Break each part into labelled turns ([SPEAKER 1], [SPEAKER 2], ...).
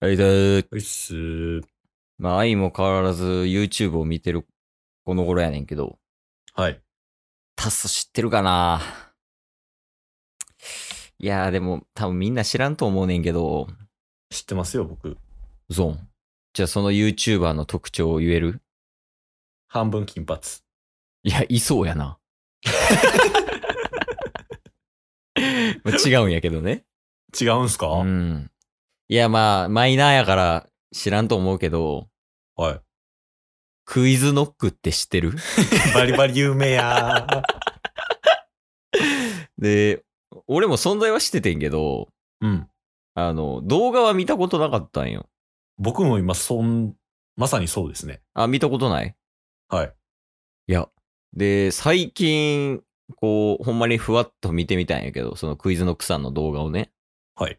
[SPEAKER 1] はい、で、
[SPEAKER 2] うっすー。
[SPEAKER 1] まあ、愛も変わらず YouTube を見てるこの頃やねんけど、
[SPEAKER 2] はい。
[SPEAKER 1] タス知ってるかないやー、でも多分みんな知らんと思うねんけど、
[SPEAKER 2] 知ってますよ、僕。
[SPEAKER 1] ゾン。じゃあその YouTuber の特徴を言える
[SPEAKER 2] 半分金髪。
[SPEAKER 1] いや、いそうやな。 まあ違うんやけどね。
[SPEAKER 2] 違うんすか、
[SPEAKER 1] うん。いや、まあ、マイナーやから知らんと思うけど、
[SPEAKER 2] はい。
[SPEAKER 1] クイズノックって知ってる
[SPEAKER 2] バリバリ有名やー。
[SPEAKER 1] で、俺も存在はしててんけど、
[SPEAKER 2] うん。
[SPEAKER 1] あの、動画は見たことなかったんよ。
[SPEAKER 2] 僕も今、そん、まさにそうですね。
[SPEAKER 1] あ、見たことない
[SPEAKER 2] はい。
[SPEAKER 1] いや。で、最近、こう、ほんまにふわっと見てみたんやけど、そのクイズノックさんの動画をね。
[SPEAKER 2] はい。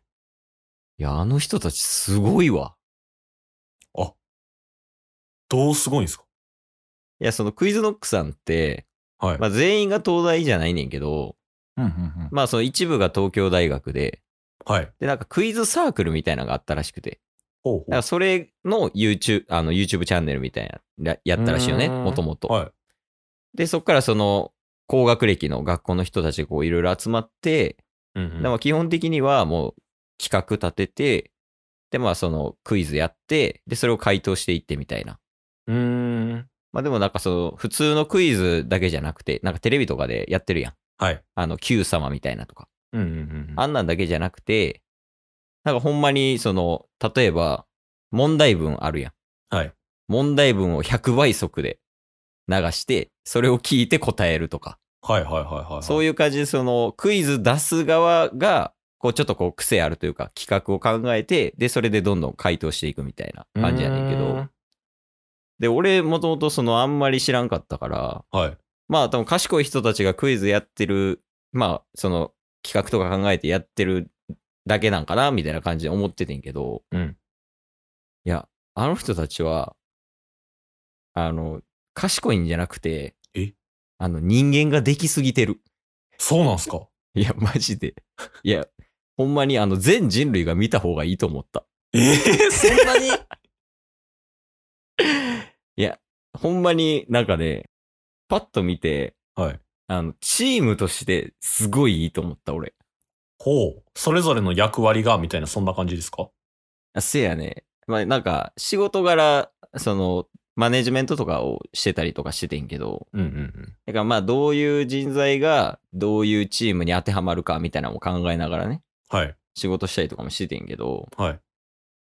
[SPEAKER 1] いや、あの人たちすごいわ。
[SPEAKER 2] どうすごいんすか
[SPEAKER 1] いや、そのクイズノックさんって、
[SPEAKER 2] はい。
[SPEAKER 1] まあ全員が東大じゃないねんけど、
[SPEAKER 2] うんうんうん。
[SPEAKER 1] まあその一部が東京大学で、
[SPEAKER 2] はい。
[SPEAKER 1] で、なんかクイズサークルみたいなのがあったらしくて。
[SPEAKER 2] ほうほ
[SPEAKER 1] だからそれの YouTube、あの YouTube チャンネルみたいな、やったらしいよね、
[SPEAKER 2] うーん
[SPEAKER 1] もともと
[SPEAKER 2] う。。はい。
[SPEAKER 1] で、そっからその、高学歴の学校の人たちがこういろいろ集まって、
[SPEAKER 2] うん、うん
[SPEAKER 1] でも基本的にはもう企画立てて、で、まあそのクイズやって、で、それを回答していってみたいな。
[SPEAKER 2] うーん。
[SPEAKER 1] まあでもなんかその、普通のクイズだけじゃなくて、なんかテレビとかでやってるやん。
[SPEAKER 2] はい。
[SPEAKER 1] あの、Q 様みたいなとか。
[SPEAKER 2] うんうんうん
[SPEAKER 1] あんなんだけじゃなくて、なんかほんまにその、例えば、問題文あるやん。
[SPEAKER 2] はい。
[SPEAKER 1] 問題文を100倍速で流して、それを聞いて答えるとか。
[SPEAKER 2] はいはいはいはいはい。
[SPEAKER 1] そうい
[SPEAKER 2] いう。
[SPEAKER 1] う感じで、その、クイズ出す側が、こう、ちょっとこう、癖あるというか、企画を考えて、で、それでどんどん回答していくみたいな感じやねんけど、。で、俺、もともとその、あんまり知らんかったから、
[SPEAKER 2] はい。
[SPEAKER 1] まあ、多分賢い人たちがクイズやってる、まあ、その、企画とか考えてやってるだけなんかな、みたいな感じで思っててんけど、
[SPEAKER 2] うん。
[SPEAKER 1] いや、あの人たちは、あの、賢いんじゃなくて、
[SPEAKER 2] え
[SPEAKER 1] あの、人間ができすぎてる。
[SPEAKER 2] そうなんすか
[SPEAKER 1] いや、マジで。いや、ほんまにあの、全人類が見た方がいいと思った。
[SPEAKER 2] えー、そんなに
[SPEAKER 1] いや、ほんまになんかね、パッと見て、
[SPEAKER 2] はい。
[SPEAKER 1] あの、チームとしてすごいいいと思った、俺。
[SPEAKER 2] ほう。それぞれの役割が、みたいな、そんな感じですか
[SPEAKER 1] あせやね。まあ、なんか、仕事柄、その、マネジメントとかをしてたりとかしててんけど、
[SPEAKER 2] うんうんうん。
[SPEAKER 1] だからまあ、どういう人材が、どういうチームに当てはまるか、みたいなのを考えながらね、
[SPEAKER 2] はい。
[SPEAKER 1] 仕事したりとかもしててんけど、
[SPEAKER 2] はい。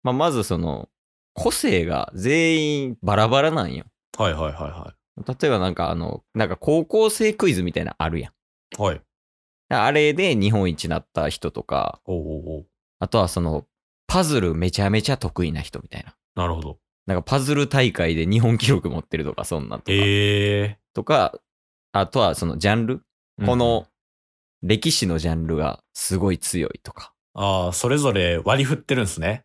[SPEAKER 1] まあ、まずその、個性が全員バラバラなんよ。
[SPEAKER 2] はいはいは
[SPEAKER 1] 例えばなんかあの、なんか高校生クイズみたいなのあるやん。
[SPEAKER 2] いはい。はい。
[SPEAKER 1] あれで日本一になった人とか、
[SPEAKER 2] ほうほうほう。
[SPEAKER 1] あとはその、パズルめちゃめちゃ得意な人みたいな。
[SPEAKER 2] なるほど。
[SPEAKER 1] なんかパズル大会で日本記録持ってるとか、そんなんとか。
[SPEAKER 2] え
[SPEAKER 1] とか、あとはそのジャンル、
[SPEAKER 2] ー。
[SPEAKER 1] こ
[SPEAKER 2] うん
[SPEAKER 1] の歴史のジャンルがすごい強いとか。
[SPEAKER 2] ああ、それぞれ割り振ってるんですね。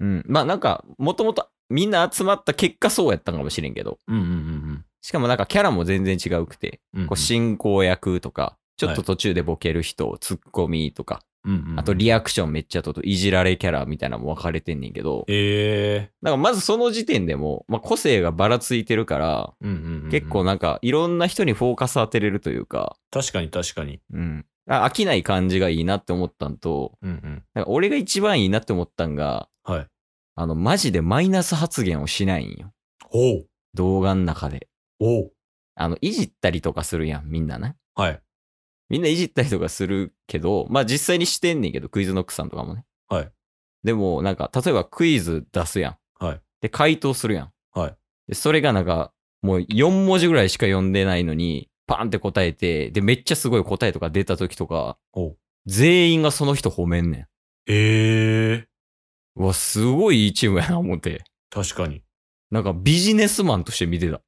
[SPEAKER 1] うん。まあなんか、もともとみんな集まった結果そうやったんかもしれんけど。
[SPEAKER 2] うんうんうん
[SPEAKER 1] しかもなんかキャラも全然違うくて。
[SPEAKER 2] うん。
[SPEAKER 1] こう進行役とか、ちょっと途中でボケる人、ツッコミとか、
[SPEAKER 2] うんうんうん、
[SPEAKER 1] あとリアクションめっちゃとと、いじられキャラみたいなのも分かれてんねんけど、
[SPEAKER 2] え
[SPEAKER 1] だからまずその時点でも、まあ、個性がばらついてるから、
[SPEAKER 2] ー。うんうん、うん。
[SPEAKER 1] 結構。なんかいろんな人にフォーカス当てれるというか、
[SPEAKER 2] 確かに確かに。
[SPEAKER 1] うん。あ飽きない感じがいいなって思ったんと、
[SPEAKER 2] うんうん。
[SPEAKER 1] なんか俺が一番いいなって思ったんが、
[SPEAKER 2] はい。
[SPEAKER 1] あの、マジでマイナス発言をしないんよ。
[SPEAKER 2] ほう。
[SPEAKER 1] 動画の中で。
[SPEAKER 2] おう。
[SPEAKER 1] あの、いじったりとかするやん、みんなね。
[SPEAKER 2] はい。
[SPEAKER 1] みんないじったりとかするけど、まあ実際にしてんねんけど、クイズノックさんとかもね。
[SPEAKER 2] はい。
[SPEAKER 1] でも、なんか、例えばクイズ出すやん。
[SPEAKER 2] はい。
[SPEAKER 1] で、回答するやん。
[SPEAKER 2] はい。
[SPEAKER 1] で、それがなんか、もう4文字ぐらいしか読んでないのに、パーンって答えて、で、めっちゃすごい答えとか出た時とか
[SPEAKER 2] おう、
[SPEAKER 1] 全員がその人褒めんね
[SPEAKER 2] えー。
[SPEAKER 1] ん。うわ、すごいいいチームやな、思って。
[SPEAKER 2] 確かに。
[SPEAKER 1] なんかビジネスマンとして見てた。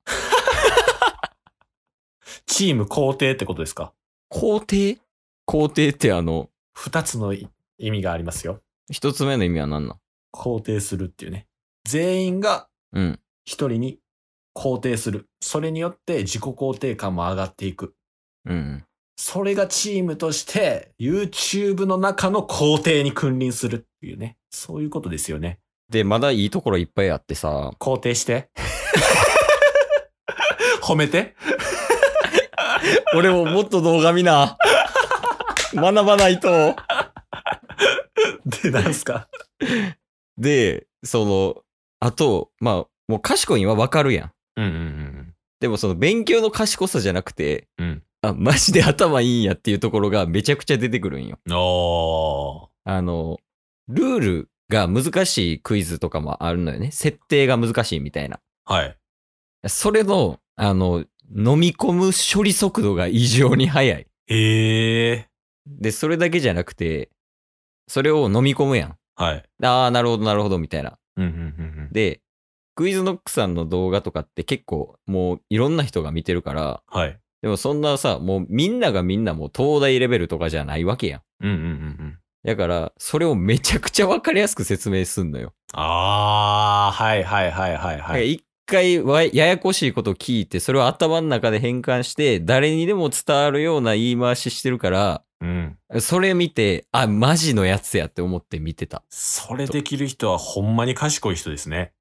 [SPEAKER 2] チーム肯定ってことですか
[SPEAKER 1] 皇帝皇帝ってあの、
[SPEAKER 2] 二つのい意味がありますよ。
[SPEAKER 1] 一つ目の意味は何なん
[SPEAKER 2] 肯定するっていうね。全員が
[SPEAKER 1] うん。
[SPEAKER 2] 一人に肯定する。それによって自己肯定感も上がっていく。
[SPEAKER 1] うんうん。
[SPEAKER 2] それがチームとして YouTube の中の肯定に君臨するっていうね。そういうことですよね。
[SPEAKER 1] で、まだいいところいっぱいあってさ、
[SPEAKER 2] 肯定して。 褒めて。
[SPEAKER 1] 俺ももっと動画見な。 学ばないと。
[SPEAKER 2] で、なんすか
[SPEAKER 1] で、その、あと、まあ、もう賢いんはわかるやん。
[SPEAKER 2] うんうん
[SPEAKER 1] でもその勉強の賢さじゃなくて、
[SPEAKER 2] うん
[SPEAKER 1] あ、マジで頭いいんやっていうところがめちゃくちゃ出てくるんよ。
[SPEAKER 2] うん。おー。
[SPEAKER 1] あの、ルールが難しいクイズとかもあるのよね。設定が難しいみたいな。
[SPEAKER 2] はい。
[SPEAKER 1] それの、あの、飲み込む処理速度が異常に速い。
[SPEAKER 2] へえ。
[SPEAKER 1] で、それだけじゃなくて、それを飲み込むやん。
[SPEAKER 2] はい。
[SPEAKER 1] ああ、なるほど、なるほど、みたいな。
[SPEAKER 2] うんうんうん。
[SPEAKER 1] で、クイズノックさんの動画とかって結構もういろんな人が見てるから、
[SPEAKER 2] はい。
[SPEAKER 1] でもそんなさ、もうみんながみんなもう東大レベルとかじゃないわけやん。
[SPEAKER 2] うんうんうんうん。
[SPEAKER 1] だから、それをめちゃくちゃわかりやすく説明すんのよ。
[SPEAKER 2] ああ、はいはいはいはい
[SPEAKER 1] だか
[SPEAKER 2] は
[SPEAKER 1] ら
[SPEAKER 2] い。
[SPEAKER 1] 一回わややこしいこと聞いて、それを頭の中で変換して、誰にでも伝わるような言い回ししてるから、
[SPEAKER 2] うん。
[SPEAKER 1] それ見て、あ、マジのやつやって思って見てた。
[SPEAKER 2] それできる人はほんまに賢い人ですね。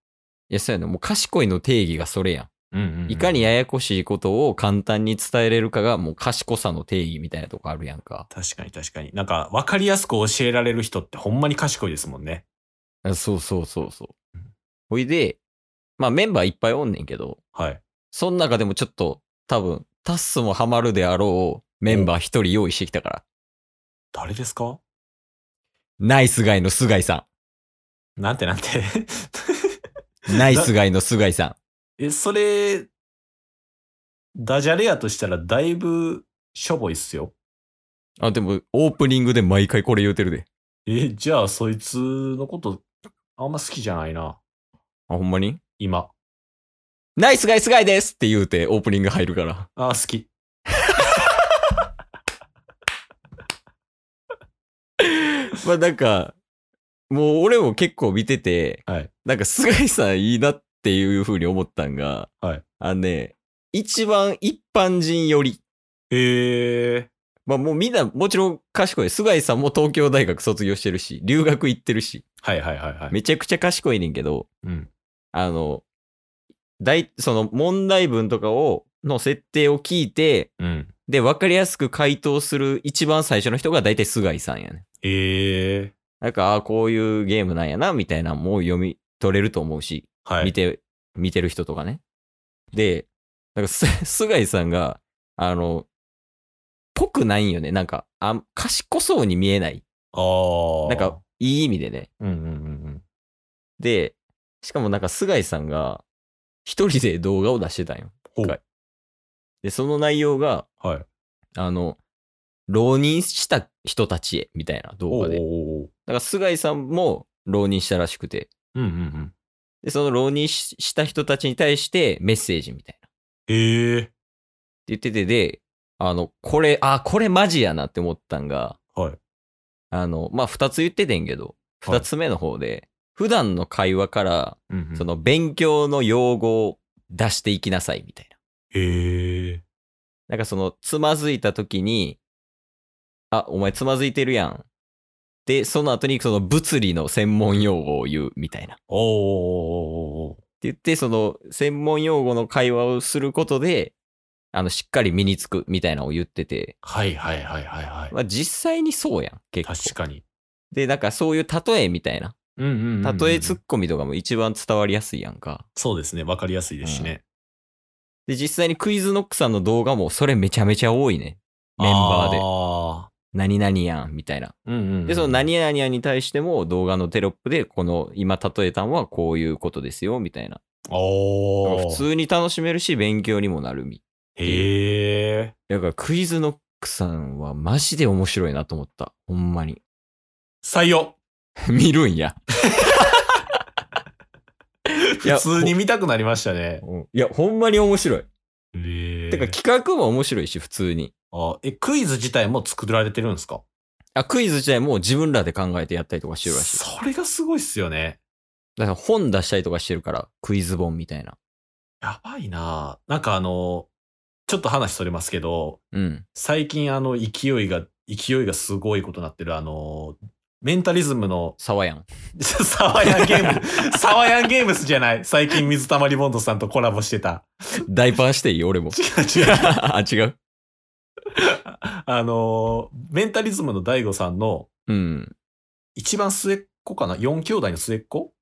[SPEAKER 1] いや、そうやな。もう賢いの定義がそれや
[SPEAKER 2] うんうんうん
[SPEAKER 1] ん。いかにややこしいことを簡単に伝えれるかが、もう賢さの定義みたいなとこあるやんか。
[SPEAKER 2] 確かに確かに。なんか分かりやすく教えられる人ってほんまに賢いですもんね。
[SPEAKER 1] あそうそうそうそう。ほいで、まあメンバーいっぱいおんねんけど、
[SPEAKER 2] はい。
[SPEAKER 1] その中でもちょっと多分タッスもハマるであろうメンバー一人用意してきたから。
[SPEAKER 2] 誰ですか
[SPEAKER 1] ナイスガイの菅井さ
[SPEAKER 2] なんてなん て。
[SPEAKER 1] ん。ナイスガイの菅井さん。
[SPEAKER 2] え、それ、ダジャレやとしたらだいぶしょぼいっすよ。
[SPEAKER 1] あ、でもオープニングで毎回これ言うてるで。
[SPEAKER 2] え、じゃあそいつのことあんま好きじゃないな。
[SPEAKER 1] あ、ほんまに
[SPEAKER 2] 今。
[SPEAKER 1] ナイスガイ菅井ですって言うてオープニング入るから。
[SPEAKER 2] あ、好き。
[SPEAKER 1] まあなんか、もう俺も結構見てて、
[SPEAKER 2] はい
[SPEAKER 1] なんか菅井さんいいなっていう風に思ったんが、
[SPEAKER 2] はい
[SPEAKER 1] あのね、一番一般人より、
[SPEAKER 2] へえ。
[SPEAKER 1] まあもうみんなもちろん賢い。菅井さんも東京大学卒業してるし、留学行ってるし、
[SPEAKER 2] はいはいはいはい。
[SPEAKER 1] めちゃくちゃ賢いねんけど、
[SPEAKER 2] うん。
[SPEAKER 1] あの、大、その問題文とかを、の設定を聞いて、
[SPEAKER 2] うん。
[SPEAKER 1] で、わかりやすく回答する一番最初の人が大体菅井さんやね。
[SPEAKER 2] へえ。
[SPEAKER 1] なんか、ああ、こういうゲームなんやな、みたいなのもう読み取れると思うし、
[SPEAKER 2] はい。
[SPEAKER 1] 見て、見てる人とかね。で、なんかす、 菅井さんが、あの、ぽくないんよね。なんか、あ賢そうに見えない。
[SPEAKER 2] ああ。
[SPEAKER 1] なんか、、いい意味でね。
[SPEAKER 2] うんうんうん
[SPEAKER 1] で、しかもなんか、菅井さんが、一人で動画を出してたんよ。
[SPEAKER 2] ほう
[SPEAKER 1] はいで、その内容が、
[SPEAKER 2] うん。はい。
[SPEAKER 1] あの、浪人した人たちへ、みたいな動
[SPEAKER 2] お
[SPEAKER 1] 画
[SPEAKER 2] う
[SPEAKER 1] で。だ
[SPEAKER 2] おうおう
[SPEAKER 1] から、菅井さんも浪人したらしくて、
[SPEAKER 2] うんうんうん。
[SPEAKER 1] で、その浪人しした人たちに対してメッセージみたいな。
[SPEAKER 2] へえ。
[SPEAKER 1] って言ってて、で、あの、これ、あ、これマジやなって思ったんが、
[SPEAKER 2] はい。
[SPEAKER 1] あの、まあ、二つ言っててんけど、
[SPEAKER 2] はい
[SPEAKER 1] 二つ目の方で、普段の会話から、
[SPEAKER 2] うんうん
[SPEAKER 1] その、勉強の用語を出していきなさい、みたいな。
[SPEAKER 2] へえ。
[SPEAKER 1] なんかその、つまずいた時に、あ、お前つまずいてるやん。で、その後に、その、物理の専門用語を言う、みたいな。って
[SPEAKER 2] おうおうおうおうおう
[SPEAKER 1] 言って、その、専門用語の会話をすることで、あの、しっかり身につく、みたいなのを言ってて、
[SPEAKER 2] はいはいはいはいはい。
[SPEAKER 1] まあ、実際にそうやん、結構。
[SPEAKER 2] 確かに。
[SPEAKER 1] で、なんかそういう例えみたいな、
[SPEAKER 2] うんうんうんうん
[SPEAKER 1] 例えツッコミとかも一番伝わりやすいやんか。
[SPEAKER 2] そうですね。わかりやすいですしね。
[SPEAKER 1] で、実際にクイズノックさんの動画もそれめちゃめちゃ多いね。メンバーで。
[SPEAKER 2] あ
[SPEAKER 1] 何々やん、みたいな。
[SPEAKER 2] ーうんうんうん。
[SPEAKER 1] で、その何々やんに対しても動画のテロップで、この今例えたんはこういうことですよ、みたいな。
[SPEAKER 2] おー
[SPEAKER 1] 普通に楽しめるし、勉強にもなるみ。
[SPEAKER 2] へえ。
[SPEAKER 1] だからクイズノックさんはマジで面白いなと思った。ほんま に。
[SPEAKER 2] 採用
[SPEAKER 1] 見るんや。いや
[SPEAKER 2] 普通に見たくなりましたね。
[SPEAKER 1] いや、ほんまに面白い。
[SPEAKER 2] へえ。
[SPEAKER 1] てか企画も面白いし、普通に。
[SPEAKER 2] あえ、クイズ自体も作られてるんですか
[SPEAKER 1] あ、クイズ自体も自分らで考えてやったりとかしてるらしい。
[SPEAKER 2] それがすごいっすよね。
[SPEAKER 1] だから本出したりとかしてるから、クイズ本みたいな。
[SPEAKER 2] やばいななんかあの、ちょっと話それますけど、
[SPEAKER 1] うん。
[SPEAKER 2] 最近あの勢いが、勢いがすごいことになってるあの、メンタリズムの
[SPEAKER 1] サワヤ ン。
[SPEAKER 2] サワヤンゲーム、 サワヤンゲームスじゃない。最近水溜りボンドさんとコラボしてた。。
[SPEAKER 1] ダイパーしていい俺も
[SPEAKER 2] 違う違う。
[SPEAKER 1] あ、違う。
[SPEAKER 2] あのーメンタリズムの大悟さんの
[SPEAKER 1] うん。
[SPEAKER 2] 一番末っ子かな ?4 兄弟の末っ子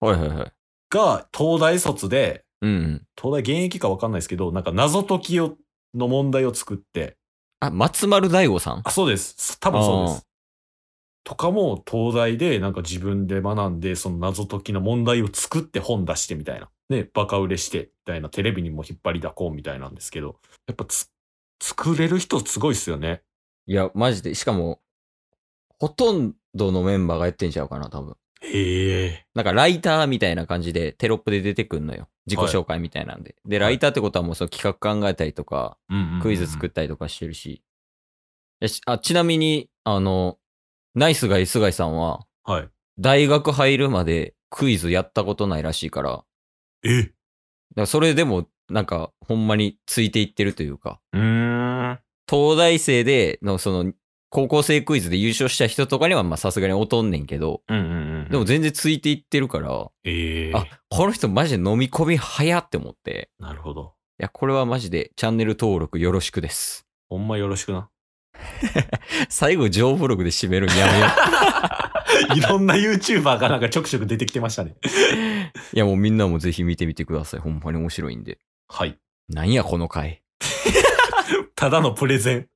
[SPEAKER 1] はいはいはい。
[SPEAKER 2] が東大卒で、
[SPEAKER 1] うんうん。
[SPEAKER 2] 東大現役かわかんないですけど、なんか謎解きを、の問題を作って、
[SPEAKER 1] あ、松丸大悟さん。
[SPEAKER 2] あ、そうです。多分そうで
[SPEAKER 1] あー
[SPEAKER 2] す。とかも東大でなんか自分で学んで、その謎解きの問題を作って本出してみたいな。ね、バカ売れして、みたいな、テレビにも引っ張りだこうみたいなんですけど、やっぱつ、作れる人すごいっすよね。
[SPEAKER 1] いや、マジで。しかも、ほとんどのメンバーがやってんちゃうかな、多分。
[SPEAKER 2] へえ。
[SPEAKER 1] なんかライターみたいな感じでテロップで出てくんのよ。自己紹介みたいなんで。で、
[SPEAKER 2] はい
[SPEAKER 1] ライターってことはもうその企画考えたりとか、
[SPEAKER 2] うん
[SPEAKER 1] クイズ作ったりとかしてるし。よしあちなみに、あの、ナイスガイ菅井さんは、
[SPEAKER 2] はい。
[SPEAKER 1] 大学入るまでクイズやったことないらしいから、だか
[SPEAKER 2] え
[SPEAKER 1] らそれでもなんかほんまについていってるというか、
[SPEAKER 2] うーん。
[SPEAKER 1] 東大生でのその高校生クイズで優勝した人とかにはまあさすがに劣んねんけど、
[SPEAKER 2] うんうんうん。
[SPEAKER 1] でも、全然ついていってるから、
[SPEAKER 2] ええ
[SPEAKER 1] あこの人マジで飲み込み早って思って。
[SPEAKER 2] なるほど。
[SPEAKER 1] いや、これはマジでチャンネル登録よろしくです。
[SPEAKER 2] ほんまよろしくな。
[SPEAKER 1] 最後、情報録で締めるんやめよ
[SPEAKER 2] いろんな YouTuber がなんかちょくちょく出てきてましたね。
[SPEAKER 1] う。いや、もうみんなもぜひ見てみてください。ほんまに面白いんで。
[SPEAKER 2] はい。
[SPEAKER 1] なんや、この回。
[SPEAKER 2] ただのプレゼン。